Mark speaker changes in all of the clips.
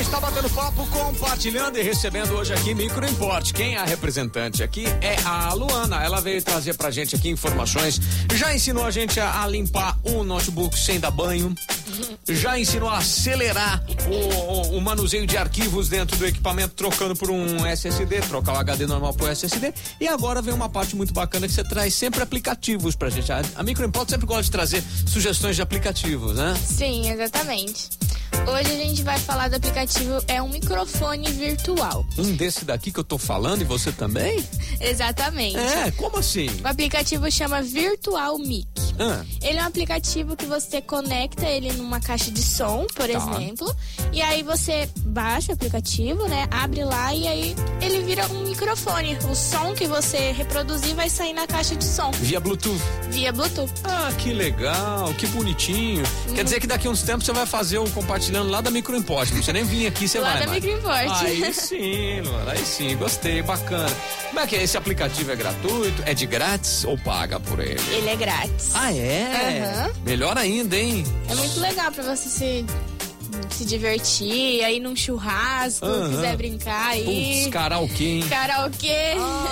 Speaker 1: está tá batendo papo, compartilhando e recebendo hoje aqui Micro Import. Quem é a representante aqui é a Luana. Ela veio trazer pra gente aqui informações. Já ensinou a gente a, a limpar o notebook sem dar banho. Já ensinou a acelerar o, o- o manuseio de arquivos dentro do equipamento, trocando por um SSD, trocar o HD normal por SSD. E agora vem uma parte muito bacana que você traz sempre aplicativos pra gente. A, a Micro Import sempre gosta de trazer sugestões de aplicativos, né?
Speaker 2: Sim, exatamente. Hoje a gente vai falar do aplicativo, é um microfone virtual.
Speaker 1: Um desse daqui que eu tô falando e você também?
Speaker 2: Exatamente.
Speaker 1: É, como assim?
Speaker 2: O aplicativo chama Virtual Mic.
Speaker 1: Ah,
Speaker 2: Ele é um aplicativo que você conecta ele numa caixa de som, por
Speaker 1: Tá.
Speaker 2: exemplo, e aí você baixa o aplicativo, né? Abre lá e aí ele vira um microfone. O som que você reproduzir vai sair na caixa de som
Speaker 1: via Bluetooth.
Speaker 2: via Bluetooth.
Speaker 1: Ah, que legal, que bonitinho.
Speaker 2: Hum.
Speaker 1: Quer dizer que daqui a uns tempos você vai fazer o compartilhando lá da Microimporte. Não precisa nem vir aqui, você
Speaker 2: Lá
Speaker 1: Então vai.
Speaker 2: da
Speaker 1: Mari.
Speaker 2: Microimporte.
Speaker 1: Aí sim, Luana, aí sim, gostei, bacana. Como é que é? Esse aplicativo é gratuito? É de grátis ou paga por ele?
Speaker 2: Ele é grátis.
Speaker 1: Ah, é?
Speaker 2: Aham.
Speaker 1: Melhor ainda, hein?
Speaker 2: É muito legal pra você se, se divertir, aí num churrasco,
Speaker 1: Aham.
Speaker 2: quiser brincar aí.
Speaker 1: Putz, karaokê, hein?
Speaker 2: Karaokê.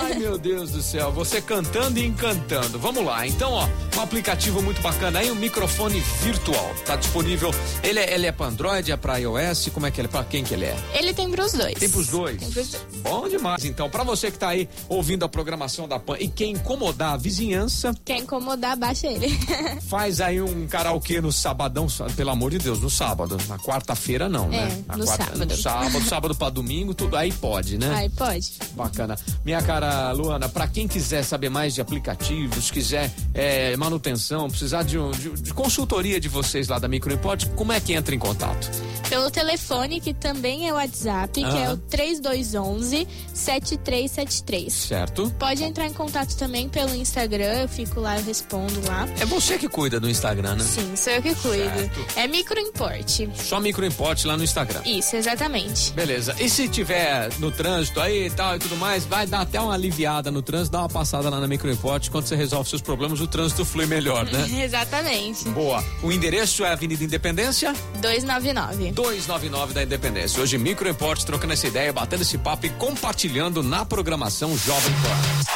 Speaker 1: Ai, meu Deus do céu, você cantando e encantando. Vamos lá, então, ó, um aplicativo muito bacana aí, um microfone virtual. Tá disponível. Ele é, ele é pra Android, é pra iOS? Como é que ele é? Pra quem que ele é?
Speaker 2: Ele tem pros dois.
Speaker 1: Tem pros dois.
Speaker 2: Tem pros dois.
Speaker 1: Bom demais. Então, pra você que tá aí ouvindo a programação da PAN e quer incomodar a vizinhança,
Speaker 2: Quer incomodar, baixa ele. É.
Speaker 1: faz aí um karaokê no sabadão, sa- pelo amor de Deus, no sábado. Na quarta-feira não, né?
Speaker 2: É,
Speaker 1: Na
Speaker 2: no
Speaker 1: No
Speaker 2: sábado.
Speaker 1: sábado, sábado pra domingo, tudo aí pode, né?
Speaker 2: Aí pode.
Speaker 1: Bacana. Minha cara Luana, pra quem quiser saber mais de aplicativos, quiser eh, manutenção, precisar de, um- de- de consultoria de vocês lá da Microimport, como é que entra em contato?
Speaker 2: Pelo telefone, que também é o WhatsApp, que é
Speaker 1: Aham.
Speaker 2: o 3211-7373.
Speaker 1: Certo?
Speaker 2: Pode entrar em contato também pelo Instagram, eu fico lá, eu respondo lá.
Speaker 1: É você que cuida do Instagram, né?
Speaker 2: Sim, sou eu que cuido.
Speaker 1: Certo.
Speaker 2: É microimporte.
Speaker 1: Só Microimport lá no Instagram.
Speaker 2: Isso, exatamente.
Speaker 1: Beleza. E se tiver no trânsito aí e tal e tudo mais, vai dar até uma aliviada no trânsito, dá uma passada lá na Microimport. Quando você resolve seus problemas, o trânsito flui melhor, né?
Speaker 2: Exatamente.
Speaker 1: Boa. O endereço é Avenida Independência?
Speaker 2: 299.
Speaker 1: 299 da Independência. Hoje, Micro Import trocando essa ideia, batendo esse papo e compartilhando na programação Jovem Pan.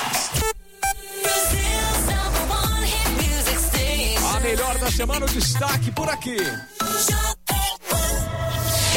Speaker 3: Brazil's number one hit music station.
Speaker 1: A melhor da semana, o destaque por aqui.
Speaker 3: Jovem